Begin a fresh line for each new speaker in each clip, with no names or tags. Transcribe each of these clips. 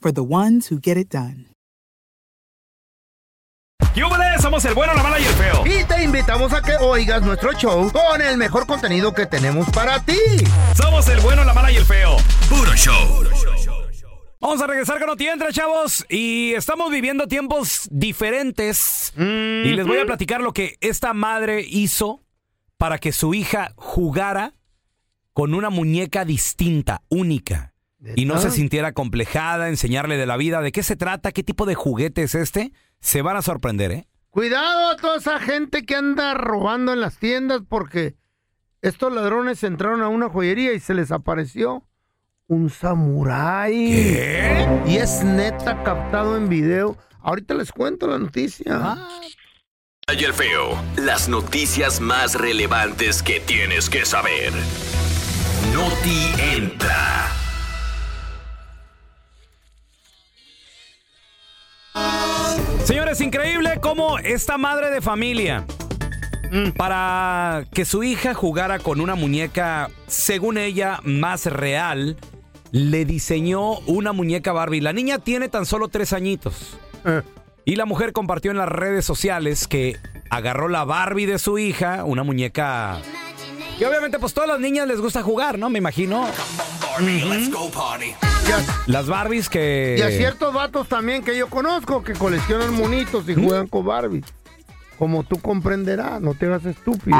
for the ones who get it done.
¡Yúbales! Somos el bueno, la mala y el feo.
Y te invitamos a que oigas nuestro show con el mejor contenido que tenemos para ti.
Somos el bueno, la mala y el feo. Puro show. Vamos a regresar con Otientra, chavos. Y estamos viviendo tiempos diferentes. Y les voy a platicar lo que esta madre hizo para que su hija jugara con una muñeca distinta, única. Y no se sintiera complejada, enseñarle de la vida, de qué se trata, qué tipo de juguete es este. Se van a sorprender, ¿eh?
Cuidado a toda esa gente que anda robando en las tiendas porque estos ladrones entraron a una joyería y se les apareció un samurái.
¿Qué?
Y es neta captado en video. Ahorita les cuento la noticia.
Ah.
Ayer Feo, las noticias más relevantes que tienes que saber. Noti entra.
Señores, increíble cómo esta madre de familia, mm, para que su hija jugara con una muñeca, según ella, más real, le diseñó una muñeca Barbie. La niña tiene tan solo tres añitos.
Eh.
Y la mujer compartió en las redes sociales que agarró la Barbie de su hija, una muñeca... Que obviamente pues todas las niñas les gusta jugar, ¿no? Me imagino.
Y a-
Las Barbies que...
Y a ciertos vatos también que yo conozco que coleccionan monitos
¿Mm?
y juegan con Barbie. Como tú comprenderás, no te hagas estúpido.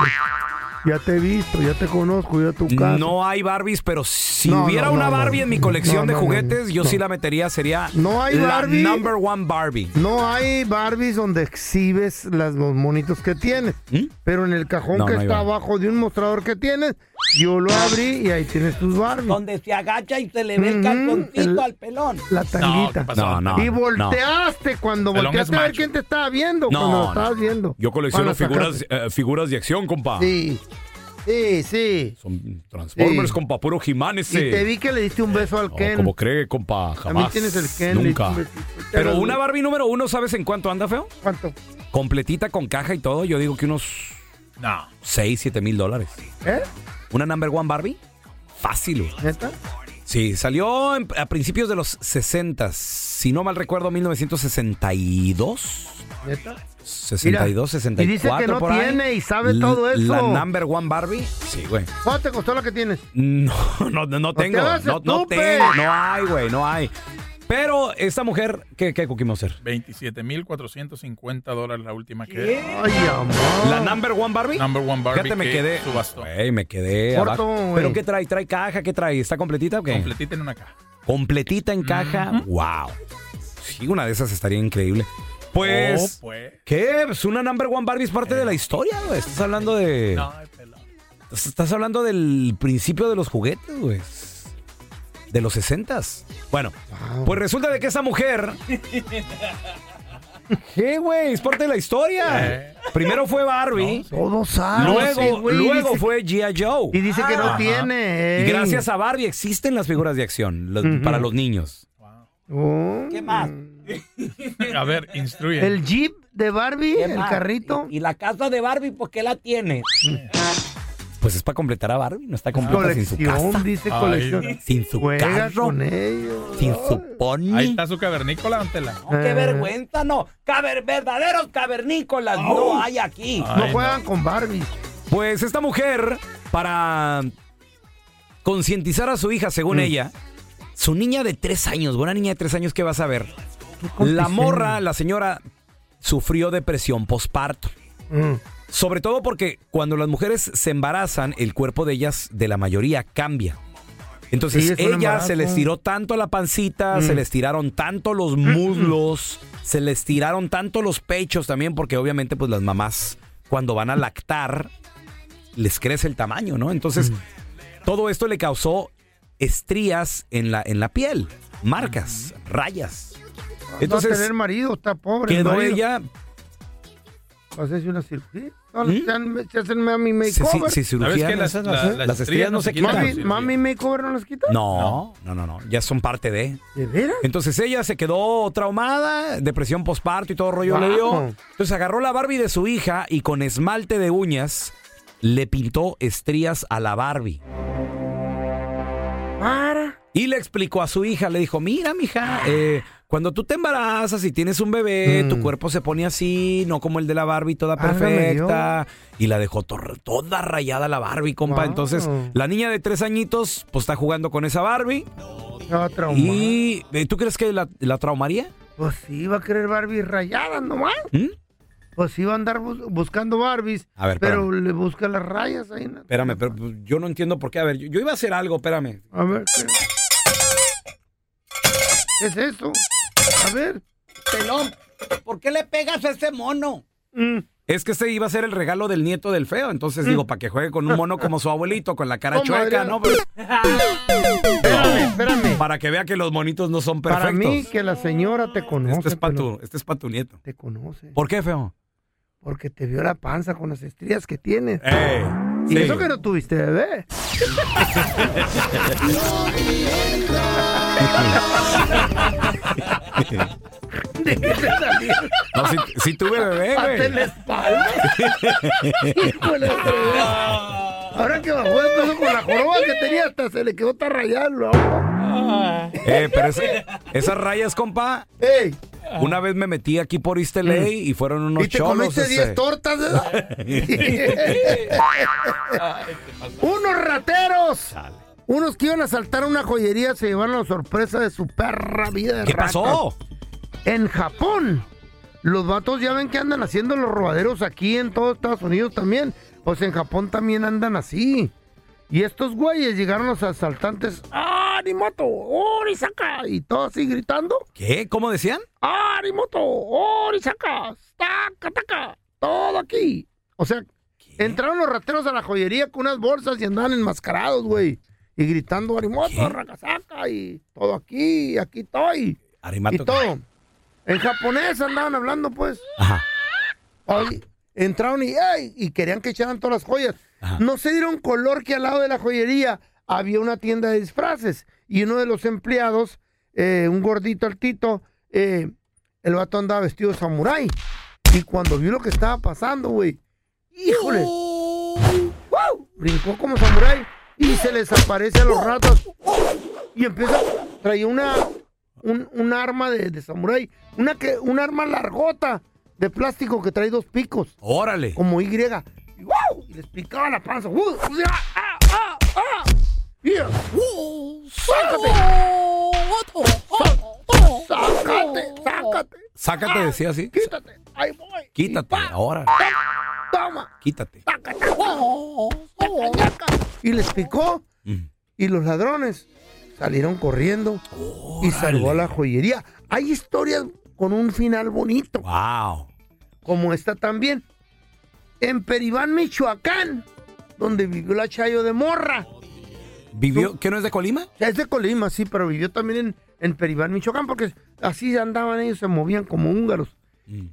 Ya te he visto, ya te conozco, ya tu casa.
No hay Barbies, pero si
No,
hubiera
no,
una
no,
Barbie
no,
en mi colección
no,
de
no,
juguetes,
no,
yo
no.
sí la metería, sería
No hay
la
Barbie.
number one Barbie.
No hay Barbies donde exhibes las- los monitos que tienes.
¿Mm?
Pero en el cajón
No,
que
no hay
está
Barbie.
abajo de un mostrador que tienes, yo lo abrí y ahí tienes tus Barbies.
donde se agacha y se le ve el
Ujú,
calzoncito
el-
al pelón.
La tanguita.
No, no.
y
no.
volteaste cuando
El hombre
volteaste
es
a ver
macho.
quién te estaba viendo.
No,
cuando lo
no.
estabas viendo.
Yo colecciono
Cuando
figuras,
sacaste-
eh, figuras de acción, compa.
Sí, sí, sí.
Son Transformers,
Sí.
compa, puro Jiménez.
Y te vi que le diste un beso al Ken.
como cree, compa,
A
jamás.
mí tienes el Ken. le
Nunca.
diste un besito.
Pero una Barbie número uno, ¿sabes en cuánto anda, feo?
¿Cuánto?
Completita con caja y todo, yo digo que unos
No.
6, 7 mil dólares.
¿Eh?
¿Una number one Barbie? Fácil, güey.
¿Neta?
Sí, salió en- a principios de los 60, si no mal recuerdo, 1962.
¿Neta?
62,
Mira,
64.
y dice que no
por ahí.
tiene y sabe
L-
todo eso.
La number one Barbie. Sí, güey.
¿Cuánto te costó la que tienes?
No, no, no tengo.
hagas
No, no
estúpido.
tengo. No hay, güey, no hay. Pero esta mujer, ¿qué, qué Cookie Monster?
27.450 dólares la última que
Ay, amor.
¿La number one Barbie?
Number One Barbie
Fíjate, me
que
quedé.
subastó.
Güey, me quedé.
Corto,
abajo.
güey.
¿Pero qué trae? ¿Trae caja? ¿Qué trae? ¿Está completita o qué?
Completita en una caja.
Completita en caja. Wow. Sí, una de esas estaría increíble. Pues.
Oh, pues. Eh.
¿Qué? Pues una number one Barbie es parte de la historia, güey. Estás hablando de.
No, ay, pelón.
Estás hablando del principio de los juguetes, güey. De los sesentas. Bueno, pues resulta de que esa mujer. ¿Qué, güey? Es parte de la historia.
Eh.
Primero fue Barbie.
Todo sabe.
luego
sí, güey,
luego
dice-
fue G.I. Joe.
Y dice que no tiene. ey.
Y gracias a Barbie existen las figuras de acción los- para los niños.
Oh.
¿Qué más?
A ver, instruye.
El jeep de Barbie,
¿Qué
el
más?
carrito.
Y, y la casa de Barbie, pues, ¿qué la tiene?
Pues es para completar a Barbie, no está completa sin su
Colección,
casa,
dice
Ay,
colección.
sin su
Juega
carro,
con ellos.
sin su pony.
Ahí está su cavernícola, Antela.
No,
Eh.
qué
Eh,
vergüenza, no. Caber, verdaderos cavernícolas no hay aquí.
No
Ay,
juegan con Barbie.
Pues esta mujer, para concientizar a su hija,
Mm.
según ella, su niña de tres años, una niña de tres años, ¿qué vas a ver? La morra, la señora, sufrió depresión posparto.
Mm.
Sobre todo porque cuando las mujeres se embarazan, el cuerpo de ellas, de la mayoría, cambia. Entonces,
Sí, es un
ella
embarazo. Mm.
se les tiró tanto la pancita, se les tiraron tanto los muslos, se les tiraron tanto los pechos también, porque obviamente, pues las mamás, cuando van a lactar, les crece el tamaño, ¿no? Entonces,
Mm.
todo esto le causó estrías en la, en la piel, marcas, rayas.
Entonces, va a
Entonces,
Mm. tener marido, está pobre.
quedó
marido.
ella
Hacerse una cirugía. No,
¿Mm?
se han- se hacen mami
se- se-
makeover.
se
¿Sabes
cirugía.
qué? Las, la-
Las estrías no se quitan.
mami, mami makeover no las quitan.
No, no, no, no, ya son parte de.
¿De veras?
Entonces ella se quedó traumada, depresión postparto y todo rollo le dio.
Wow.
Entonces agarró la Barbie de su hija y con esmalte de uñas le pintó estrías a la Barbie.
Para.
Y le explicó a su hija, le dijo, mira, mija, eh, cuando tú te embarazas y tienes un
Mm.
bebé, tu cuerpo se pone así, no como el de la Barbie, toda
Válgame
perfecta. Y la dejó tor- toda rayada la Barbie, compa.
Wow.
Entonces, la niña de tres añitos, pues está jugando con esa Barbie.
Estaba traumada.
¿Y eh, tú crees que la, la traumaría?
Pues sí, va a querer Barbie rayada nomás.
¿Mm?
Pues sí, va a andar bus- buscando Barbies.
A ver,
pero le busca las rayas ahí. ¿no?
Espérame, pero pues, yo no entiendo por qué. A ver, yo, yo iba a hacer algo, espérame.
A ver. ¿qué? ¿Qué es eso? A ver.
Pelón, ¿por qué le pegas a ese mono?
Mm.
Es que este iba a ser el regalo del nieto del feo. Entonces digo, para que juegue con un mono como su abuelito, con la cara
Oh,
chueca,
madre.
¿no? Pero-
Espérame, espérame.
para que vea que los monitos no son
Para
perfectos.
mí, que la señora te conoce.
este, es para
pelón.
tu, este es pa' tu nieto.
Te conoce.
¿Por qué, feo?
Porque te vio la panza con las estrías que tienes.
Eh,
Y eso que no tuviste bebé. ¿De qué te salieron?
No, sí, sí tuve bebé,
¿Pate en la
güey.
espalda? Híjole, otra vez. Ahora que bajó el peso con la joroba que tenía, hasta se le quedó hasta rayarlo.
Eh, pero ese- esas rayas, compa,
¡Ey! Mm.
una vez me metí aquí por East LA y fueron unos
¿Y te
cholos,
comiste
este.
10 tortas? eh? unos rateros. Unos que iban a asaltar una joyería se llevaron la sorpresa de su perra vida de
¿Qué
ratas.
pasó?
En Japón, los vatos ya ven que andan haciendo los robaderos aquí en todo Estados Unidos también. Pues en Japón también andan así. Y estos güeyes llegaron los asaltantes. ¡Ah, ¡Arimoto! ¡Orisaka! Y todos así gritando.
¿Qué? ¿Cómo decían?
¡Arimoto! ¡Orisaka! ¡Taca, taca! Todo aquí. O sea, entraron los rateros a la joyería con unas bolsas y andaban enmascarados, güey. Y gritando
¿Qué?
Arimoto, Rakasaka, y todo aquí, aquí estoy.
Arimato.
Y todo. En japonés andaban hablando, pues.
Ajá.
Ay, entraron y, ay, y querían que echaran todas las joyas.
Ajá.
No se dieron color que al lado de la joyería había una tienda de disfraces. Y uno de los empleados, eh, un gordito altito, eh, el vato andaba vestido de samurái. Y cuando vio lo que estaba pasando, güey, híjole, ¡Wow! brincó como samurái y se les aparece a los ratos. Y empieza, traía una, un, un arma de, de samurái, una, que- un arma largota de plástico que trae dos picos
Órale.
como Y. Y, ¡wow! y les picaba la panza. ¡Wow! O sea, ¡ah, ah, ah! Mira. ¡Sácate! ¡Sácate! ¡Sácate!
Sácate, decía así.
¡Quítate! ¡Ahí voy!
Quítate, ahora.
¡Toma!
Quítate.
¡Taca, taca! ¡Taca, taca! Y les picó.
Mm.
Y los ladrones salieron corriendo. Y salvó la joyería. Hay historias con un final bonito.
Wow.
como esta también. En Peribán, Michoacán, donde vivió la Chayo de Morra.
¿Vivió? ¿Qué no es de Colima?
O sea, es de Colima, sí, pero vivió también en, en Peribán, Michoacán, porque así andaban ellos, se movían como húngaros.
Mm.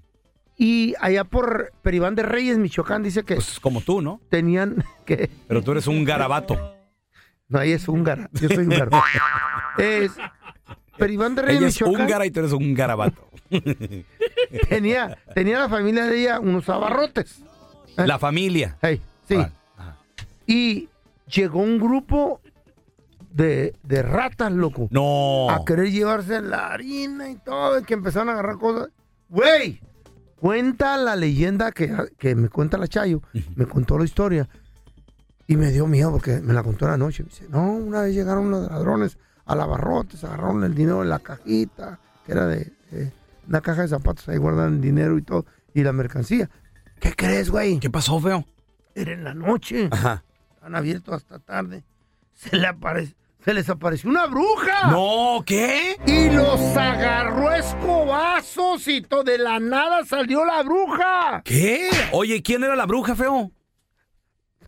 Y allá por Peribán de Reyes, Michoacán, dice que
Pues como tú, ¿no?
tenían que...
Pero tú eres un garabato.
No, ahí es húngara, yo soy húngaro. Es- Pero Iván de Reyes,
Ella es
Michoacán,
húngara y tú eres un garabato.
tenía, tenía la familia de ella unos abarrotes. ¿Eh?
La familia.
Ey, sí.
Vale.
Y llegó un grupo de, de ratas, loco.
No.
a querer llevarse la harina y todo, y que empezaron a agarrar cosas. Güey, cuenta la leyenda que, que me cuenta la Chayo, me contó la historia y me dio miedo porque me la contó en la noche. Me dice, no, una vez llegaron los ladrones a la barrotes, agarraron el dinero en la cajita, que era de, de una caja de zapatos, ahí guardan el dinero y todo, y la mercancía. ¿Qué crees, güey?
¿Qué pasó, feo?
Era en la noche,
Ajá.
están abiertos hasta tarde. Se, le apare- se les apareció una bruja.
No, ¿qué?
Y los agarró a escobazos y todo. De la nada salió la bruja.
¿Qué? Oye, ¿quién era la bruja, feo?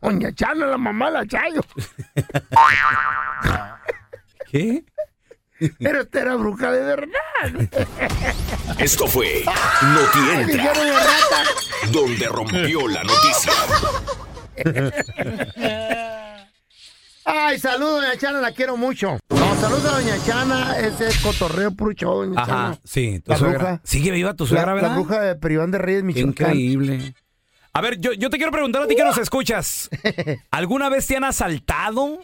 Doña Chana, la mamá, la Chayo.
¿Qué?
Pero esta era bruja de verdad.
Esto fue Noti Entra,
Dijeron de rata.
donde rompió la noticia.
Ay, saludos, Doña Chana, la quiero mucho. No, saludos a Doña Chana. Ese es cotorreo puro show, Doña
Ajá,
Chana.
sí. Tu
La
suegra.
bruja.
Sigue viva tu
La,
suegra,
la
¿verdad?
bruja de Peribán de Reyes,
Qué
Michoacán.
Increíble. A ver, yo, yo te quiero preguntar a ti que nos escuchas. ¿Alguna vez te han asaltado?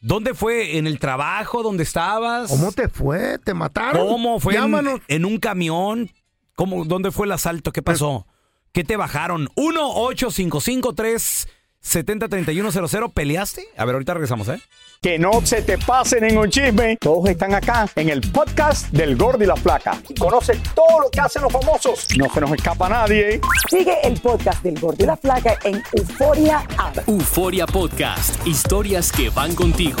¿Dónde fue? ¿En el trabajo? ¿Dónde estabas?
¿Cómo te fue? ¿Te mataron?
¿Cómo fue? en-
Llámanos.
En, un camión? ¿Cómo, ¿Dónde fue el asalto? ¿Qué pasó? ¿Qué te bajaron? 1-855-370-3100. ¿Peleaste? A ver, ahorita regresamos, ¿eh?
Que no se te pase ningún chisme. Todos están acá en el podcast del Gordi y la Flaca. Y conoce todo lo que hacen los famosos. No se nos escapa nadie.
Sigue el podcast del Gordo y la Flaca en Euforia App.
Euforia Podcast, historias que van contigo.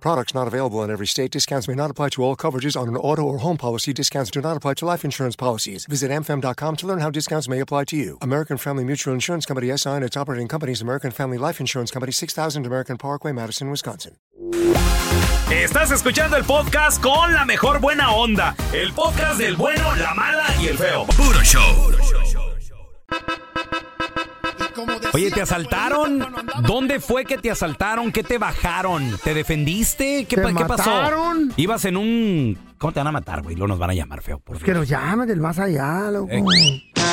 Products not available in every state. Discounts may not apply to all coverages on an auto or home policy. Discounts do not apply to life insurance policies. Visit mfm.com to learn how discounts may apply to you. American Family Mutual Insurance Company SI and its operating companies, American Family Life Insurance Company, 6000 American Parkway, Madison, Wisconsin.
Estás escuchando el podcast con la mejor buena onda. El podcast del bueno, la mala y el feo. Puro show. Oye, ¿te asaltaron? ¿Dónde fue que te asaltaron? ¿Qué te bajaron? ¿Te defendiste? ¿Qué,
¿Te
pa- qué
mataron?
pasó? Ibas en un... ¿Cómo te van a matar, güey? Lo nos van a llamar, feo. Por
Que nos llamen del más allá, loco.
Eh,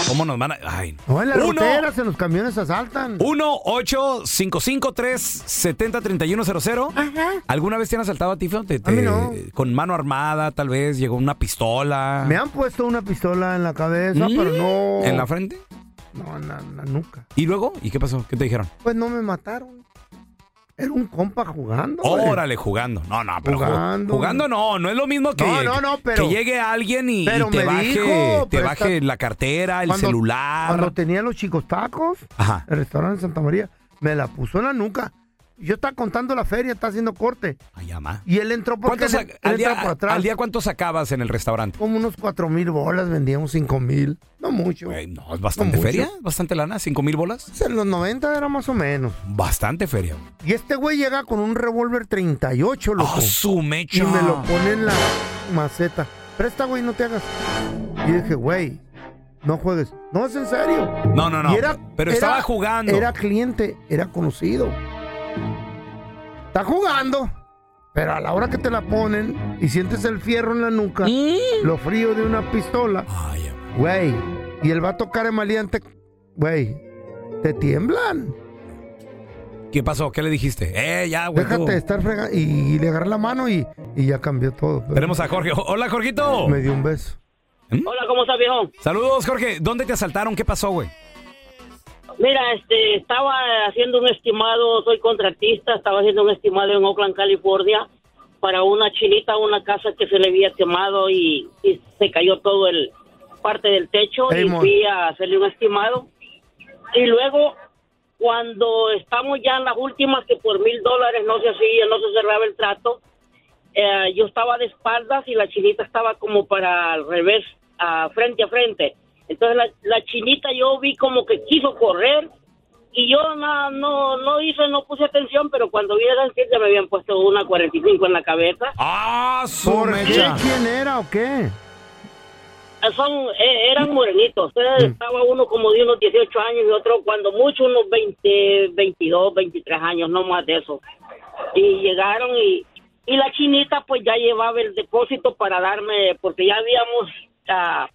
¿Cómo nos van a...? Ay,
No, en las
Uno.
roteras, en los camiones asaltan.
1 855 370 3100 ¿Alguna vez te han asaltado a ti, feo? Te-
A mí
te-
no.
Con mano armada, tal vez. Llegó una pistola.
Me han puesto una pistola en la cabeza,
Ah. Mm.
pero no.
¿En la frente?
No, en la, en la nuca.
¿Y luego? ¿Y qué pasó? ¿Qué te dijeron?
Pues no me mataron. Era un compa jugando. güey.
Órale, jugando. No, no, pero ju-
Jugando.
jugando. no, no es lo mismo que,
No, no, no, pero-
que llegue alguien y, y
pero
te
me
baje,
dijo,
te
pero
baje
esta-
la cartera, el
Cuando-
celular.
Cuando tenía los chicos tacos,
Ajá.
el restaurante de Santa María, me la puso en la nuca. Yo estaba contando la feria, estaba haciendo corte.
Ay, ama.
Y él entró por,
¿Cuánto
él-
sa-
él
al,
entra
día,
por atrás.
al día cuánto sacabas en el restaurante?
Como unos cuatro mil bolas, vendíamos cinco mil. No mucho.
Güey, Eh, no, es bastante
mucho. Pues
feria, bastante lana, cinco mil bolas.
En los 90 era más o menos.
Bastante feria. güey.
Y este güey llega con un revólver 38, loco.
Ah, su
y
mecha.
me lo pone en la maceta. Presta, güey, no te hagas. Y dije, güey, no juegues. No, es en serio.
No, no, no.
Y era-
pero
era-
estaba jugando.
Era cliente, era conocido. Está jugando. Pero a la hora que te la ponen y sientes el fierro en la nuca, lo frío de una pistola, güey, y el vato cara de maleante, güey, te tiemblan.
¿Qué pasó? ¿Qué le dijiste? Eh, ya, güey.
Déjate
tú.
de estar fregando. Y, y le agarré la mano y, y ya cambió todo.
Tenemos a Jorge. O- Hola, Jorgito. ¿Mm?
Me dio un beso.
Hola, ¿cómo estás, viejo?
Saludos, Jorge. ¿Dónde te asaltaron? ¿Qué pasó, güey?
Mira, este, estaba haciendo un estimado, soy contratista, estaba haciendo un estimado en Oakland, California, para una chinita, una casa que se le había quemado y, y se cayó todo el parte del techo
Hey,
y
mon.
fui a hacerle un estimado. Y luego, cuando estamos ya en las últimas, que por mil dólares no se hacía, no se cerraba el trato, eh, yo estaba de espaldas y la chinita estaba como para al revés, a frente a frente. Entonces la, la chinita yo vi como que quiso correr y yo na- no, no hice, no puse atención, pero cuando vi la ya me habían puesto una 45 en la cabeza.
¡Ah, su
¿Por qué?
mecha.
¿Quién era o qué?
Eh, Son, eh, eran morenitos,
Mm.
Entonces, estaba uno como de unos 18 años y otro cuando mucho unos 20, 22, 23 años, no más de eso. Y llegaron y, y la chinita pues ya llevaba el depósito para darme, porque ya habíamos ah,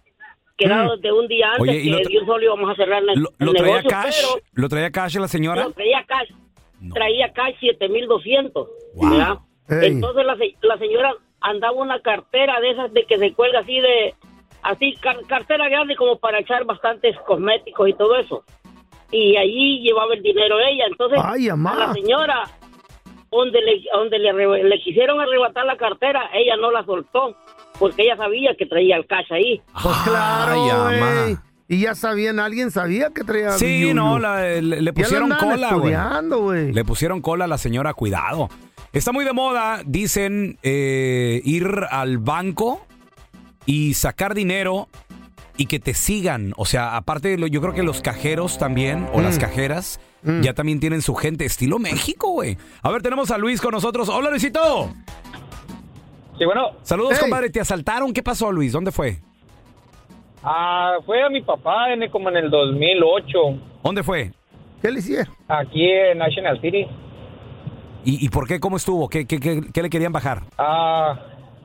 quedado
Mm.
de un día antes
Oye, y
que
lo
de
tra-
un solo íbamos a cerrar el,
¿Lo, lo
el
traía
negocio,
cash?
pero
¿Lo traía cash la señora?
no, traía cash, traía cash 7200. ¿verdad?
Ey.
Entonces la, se- la señora andaba una cartera de esas de que se cuelga así de así car- cartera grande como para echar bastantes cosméticos y todo eso. Y allí llevaba el dinero ella, entonces
Ay, amá.
a la señora donde le donde le, arreba- le quisieron arrebatar la cartera, ella no la soltó porque ella sabía que traía el cash ahí.
Ah,
Pues claro,
Ay, amá.
güey. Y ya sabían, alguien sabía que traía
Sí,
billuyo.
no, la- le, le
Ya la
pusieron
andaban
cola, güey.
estudiando, güey.
Le pusieron cola a la señora, cuidado. Está muy de moda, dicen, eh, ir al banco y sacar dinero y que te sigan. O sea, aparte, de lo- yo creo que los cajeros también, o
Mm.
las cajeras, ya también tienen su gente, estilo México, güey. A ver, tenemos a Luis con nosotros. Hola, Luisito.
Sí, bueno.
Saludos,
Hey.
compadre. ¿Te asaltaron? ¿Qué pasó, Luis? ¿Dónde fue?
Ah, fue a mi papá en, como en el 2008.
¿Dónde fue?
¿Qué le hicieron?
Aquí en National City.
¿Y, y por qué? ¿Cómo estuvo? ¿Qué, qué- qué- qué le querían bajar?
Ah,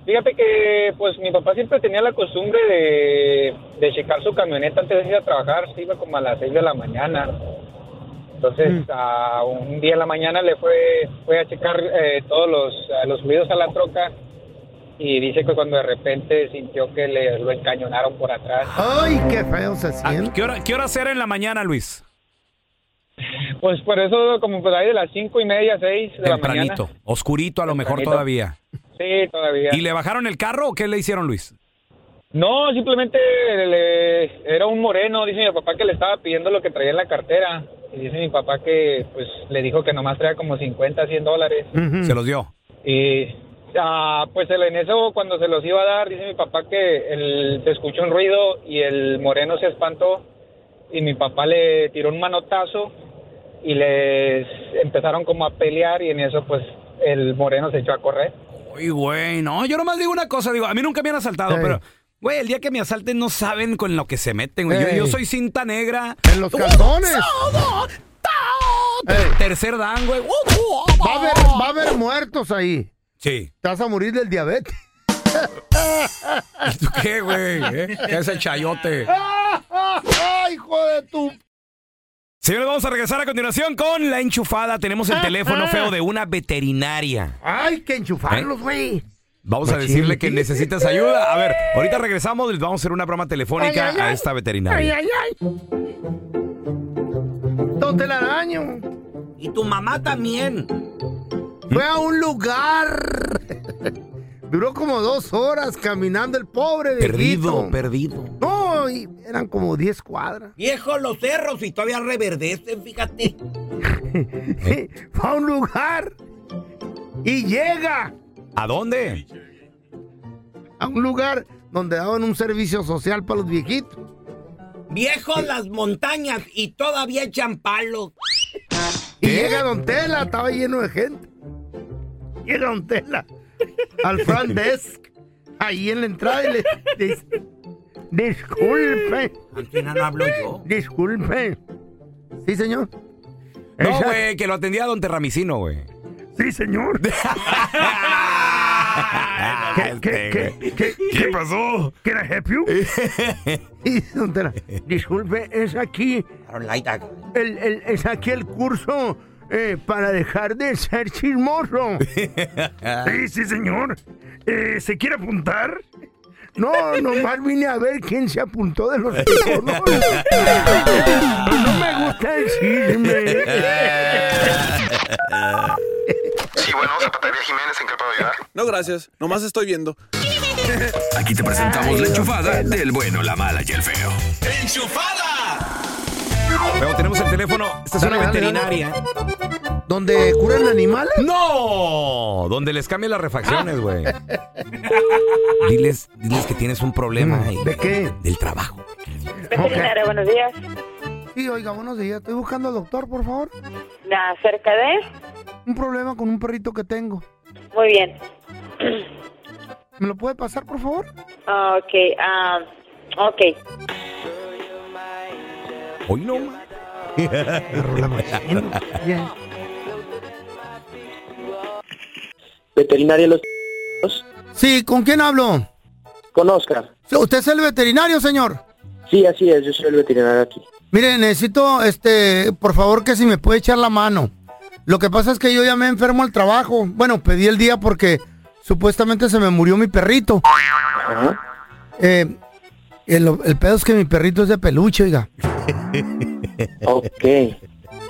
fíjate que pues mi papá siempre tenía la costumbre de, de checar su camioneta antes de ir a trabajar. Se iba como a las 6 de la mañana.
Mm.
Entonces, ah, un día en la mañana le fue, fue a checar eh, todos los, eh, los fluidos a la troca y dice que cuando de repente sintió que le, lo encañonaron por atrás.
¡Ay, qué feo se siente!
Ah, ¿Qué hora, qué hora era en la mañana, Luis?
Pues por eso, como por ahí de las cinco y media, seis de la
Tempranito,
mañana.
oscurito a lo mejor
Tempranito.
todavía.
Sí, todavía.
¿Y le bajaron el carro o qué le hicieron, Luis?
No, simplemente le- era un moreno, dice mi papá que le estaba pidiendo lo que traía en la cartera. Y dice mi papá que pues le dijo que nomás traía como 50, 100 dólares.
Se los dio.
Y ah, pues el- en eso cuando se los iba a dar, dice mi papá que el- se escuchó un ruido y el moreno se espantó y mi papá le tiró un manotazo y les empezaron como a pelear y en eso pues el moreno se echó a correr.
Uy, güey, no, yo nomás digo una cosa, digo, a mí nunca me han asaltado, pero, güey, el día que me asalten no saben con lo que se meten, güey. Yo-
Ey.
Yo, soy cinta negra.
En los calzones.
Tercer dan, güey.
Va a, haber, va a haber muertos ahí.
Sí.
Te vas a morir del diabetes.
¿Tú qué, güey? eh? ¿Qué es el chayote?
¡Ay, hijo de tu!
¿Eh? Señores, vamos a regresar a continuación con la enchufada. Tenemos el
Ah,
teléfono
ah.
feo de una veterinaria.
¡Ay, que enchufarlos,
¿Eh?
güey!
Vamos a
Machín.
decirle que necesitas ayuda. A ver, ahorita regresamos, les vamos a hacer una broma telefónica
Ay, ay,
a
ay.
esta
¡Ay,
veterinaria.
ay, ay! ¡Don Telaraño!
Y tu mamá también.
Fue a un lugar. Duró como dos horas caminando el pobre.
Perdido,
viejito.
perdido.
No, y eran como 10 cuadras.
Viejo, los cerros y todavía reverdecen, fíjate.
Fue a un lugar y llega
¿A dónde?
a un lugar donde daban un servicio social para los viejitos.
Viejo, las montañas y todavía echan palos.
Y llega Don Tela, estaba lleno de gente. Llega Don Tela al front desk, ahí en la entrada y le le dice, disculpe.
no hablo yo.
Disculpe. Sí, señor.
No,
Esa-
güey, que lo atendía don Terramicino, güey.
Sí, señor. Ah, ¿Qué, qué, qué, qué, pasó? ¿Can I help you? Y, don Tela, disculpe, es aquí. El, el- es aquí el curso eh, para dejar de ser chismoso. Sí, sí, señor. Eh, ¿Se quiere apuntar? No, nomás vine a ver quién se apuntó de los tiburones. No me gusta el chisme.
Sí, bueno, Zapatería Jiménez, ¿en qué puedo ayudar? No, gracias. Nomás estoy viendo.
Aquí te presentamos la enchufada del bueno, la mala y el feo.
Luego tenemos el teléfono. Esta es una
Dale, dale,
veterinaria.
¿Dónde curan animales?
¡No! Donde les cambian las
Ah.
refacciones, güey. diles, diles que tienes un problema ahí.
Mm, ¿De qué?
Del trabajo.
Veterinaria, buenos días.
Sí, oiga, buenos días. Estoy buscando al doctor, por favor.
¿Acerca de?
Un problema con un perrito que tengo.
Muy bien.
¿Me lo puede pasar, por favor?
Ok, ah, ok.
Hoy no. ma.
Veterinaria Los Sí, ¿con quién hablo?
Con Oscar.
¿Usted es el veterinario, señor?
Sí, así es, yo soy el veterinario aquí.
Mire, necesito, este, por favor, que si me puede echar la mano. Lo que pasa es que yo ya me enfermo al trabajo. Bueno, pedí el día porque supuestamente se me murió mi perrito. Eh, el, el pedo es que mi perrito es de peluche, oiga.
ok.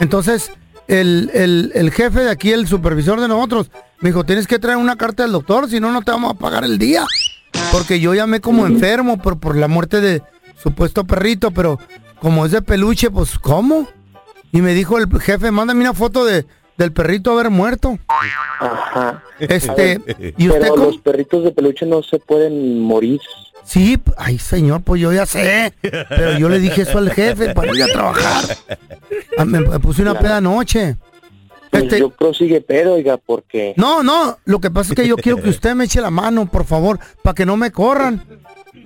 Entonces, el, el- el jefe de aquí, el supervisor de nosotros, me dijo, tienes que traer una carta del doctor, si no, no te vamos a pagar el día. Porque yo llamé como enfermo por, por la muerte de supuesto perrito, pero como es de peluche, pues ¿cómo? Y me dijo el jefe, mándame una foto de, del perrito haber muerto.
Ajá.
Este, ¿y
Pero
usted cómo?
los perritos de peluche no se pueden morir.
Sí, p- ay señor, pues yo ya sé. Pero yo le dije eso al jefe para ir a trabajar. Ah, Me, me puse una peda anoche.
Pues Yo prosigue pedo, oiga, porque...
No, no, lo que pasa es que yo quiero que usted me eche la mano, por favor, para que no me corran.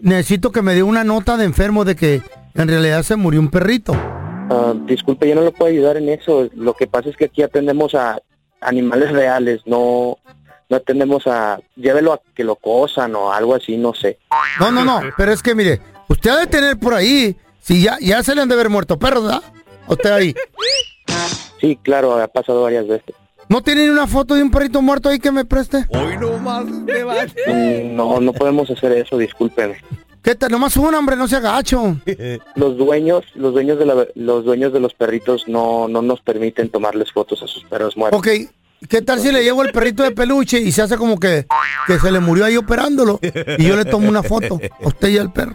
Necesito que me dé una nota de enfermo de que en realidad se murió un perrito.
ah, disculpe, yo no lo puedo ayudar en eso. Lo que pasa es que aquí atendemos a animales reales, no... No atendemos a... Llévelo a que lo cosan o algo así, no sé.
No, no, no, pero es que mire, usted ha de tener por ahí, si ya, ya se le han de haber muerto perros, ¿verdad? A Usted ahí.
Sí, claro, ha pasado varias veces.
¿No tiene ni una foto de un perrito muerto ahí que me preste?
Mm, No, no podemos hacer eso, discúlpeme.
¿Qué tal? Nomás un hombre, no se agacho.
Los dueños, los dueños de la- los dueños de los perritos no, no nos permiten tomarles fotos a sus perros muertos.
Ok, ¿qué tal si le llevo el perrito de peluche y se hace como que, que se le murió ahí operándolo y yo le tomo una foto a usted y al perro?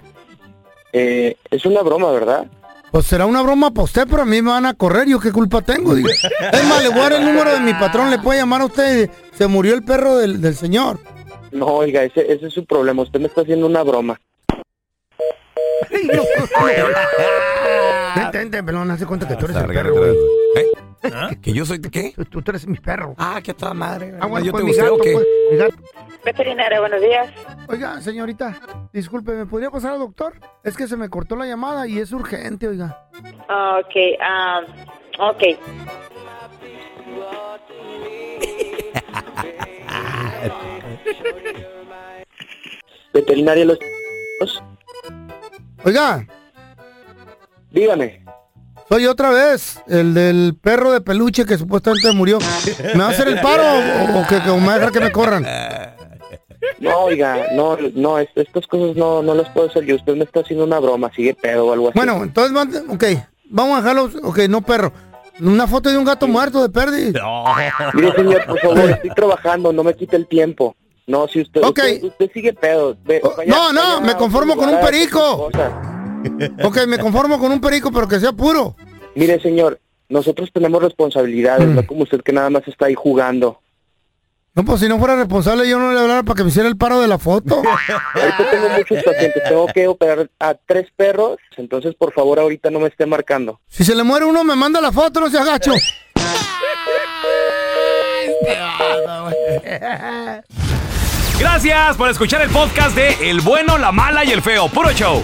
Eh, es una broma, ¿verdad?
Pues será una broma para usted, pero a mí me van a correr, yo qué culpa tengo. Digo. Es más, le voy a dar el número de mi patrón, le puede llamar a usted, se murió el perro del, del señor.
No, oiga, ese, ese es su problema. Usted me está haciendo una broma.
Vente, vente, pelón, hace cuenta que tú eres el
Larga,
perro,
otra
güey. ¿Ah?
vez. ¿Eh? ¿Que yo soy qué?
Tú, tú eres mi perro.
Ah, qué toda madre.
Ah, bueno,
¿Yo
pues,
te
mi
gusté
gato,
o qué?
pues, mi gato.
Veterinaria, buenos días.
Oiga, señorita, disculpe, ¿me podría pasar al doctor? Es que se me cortó la llamada y es urgente, oiga.
Ok, ah, ok.
Veterinaria los...
Oiga,
Dígame.
soy otra vez el del perro de peluche que supuestamente murió. ¿Me va a hacer el paro o, o que, que me va a dejar que me corran?
No, oiga, no, no, es- estas cosas no, no las puedo hacer yo. Usted me está haciendo una broma, sigue pedo o algo así.
Bueno, entonces, mande- ok, vamos a dejarlo, ok, no perro. Una foto de un gato muerto de perdi.
Mire, señor, por favor, estoy trabajando, no me quite el tiempo. No, si usted...
Ok. Oh,
Usted, usted sigue pedo. Ve- vaya-
no, no,
vaya
me
a
conformo con un
lugar a hacer
perico.
sus cosas.
Ok, me conformo con un perico, pero que sea puro.
Mire, señor, nosotros tenemos responsabilidades, no como usted que nada más está ahí jugando.
No, pues si no fuera responsable yo no le hablara para que me hiciera el paro de la foto. Ah.
Ahorita tengo muchos pacientes, tengo que operar a tres perros, entonces por favor ahorita no me esté marcando.
Si se le muere uno, me manda la foto, no se agacho.
Gracias por escuchar el podcast de El bueno, la mala y el feo. Puro show.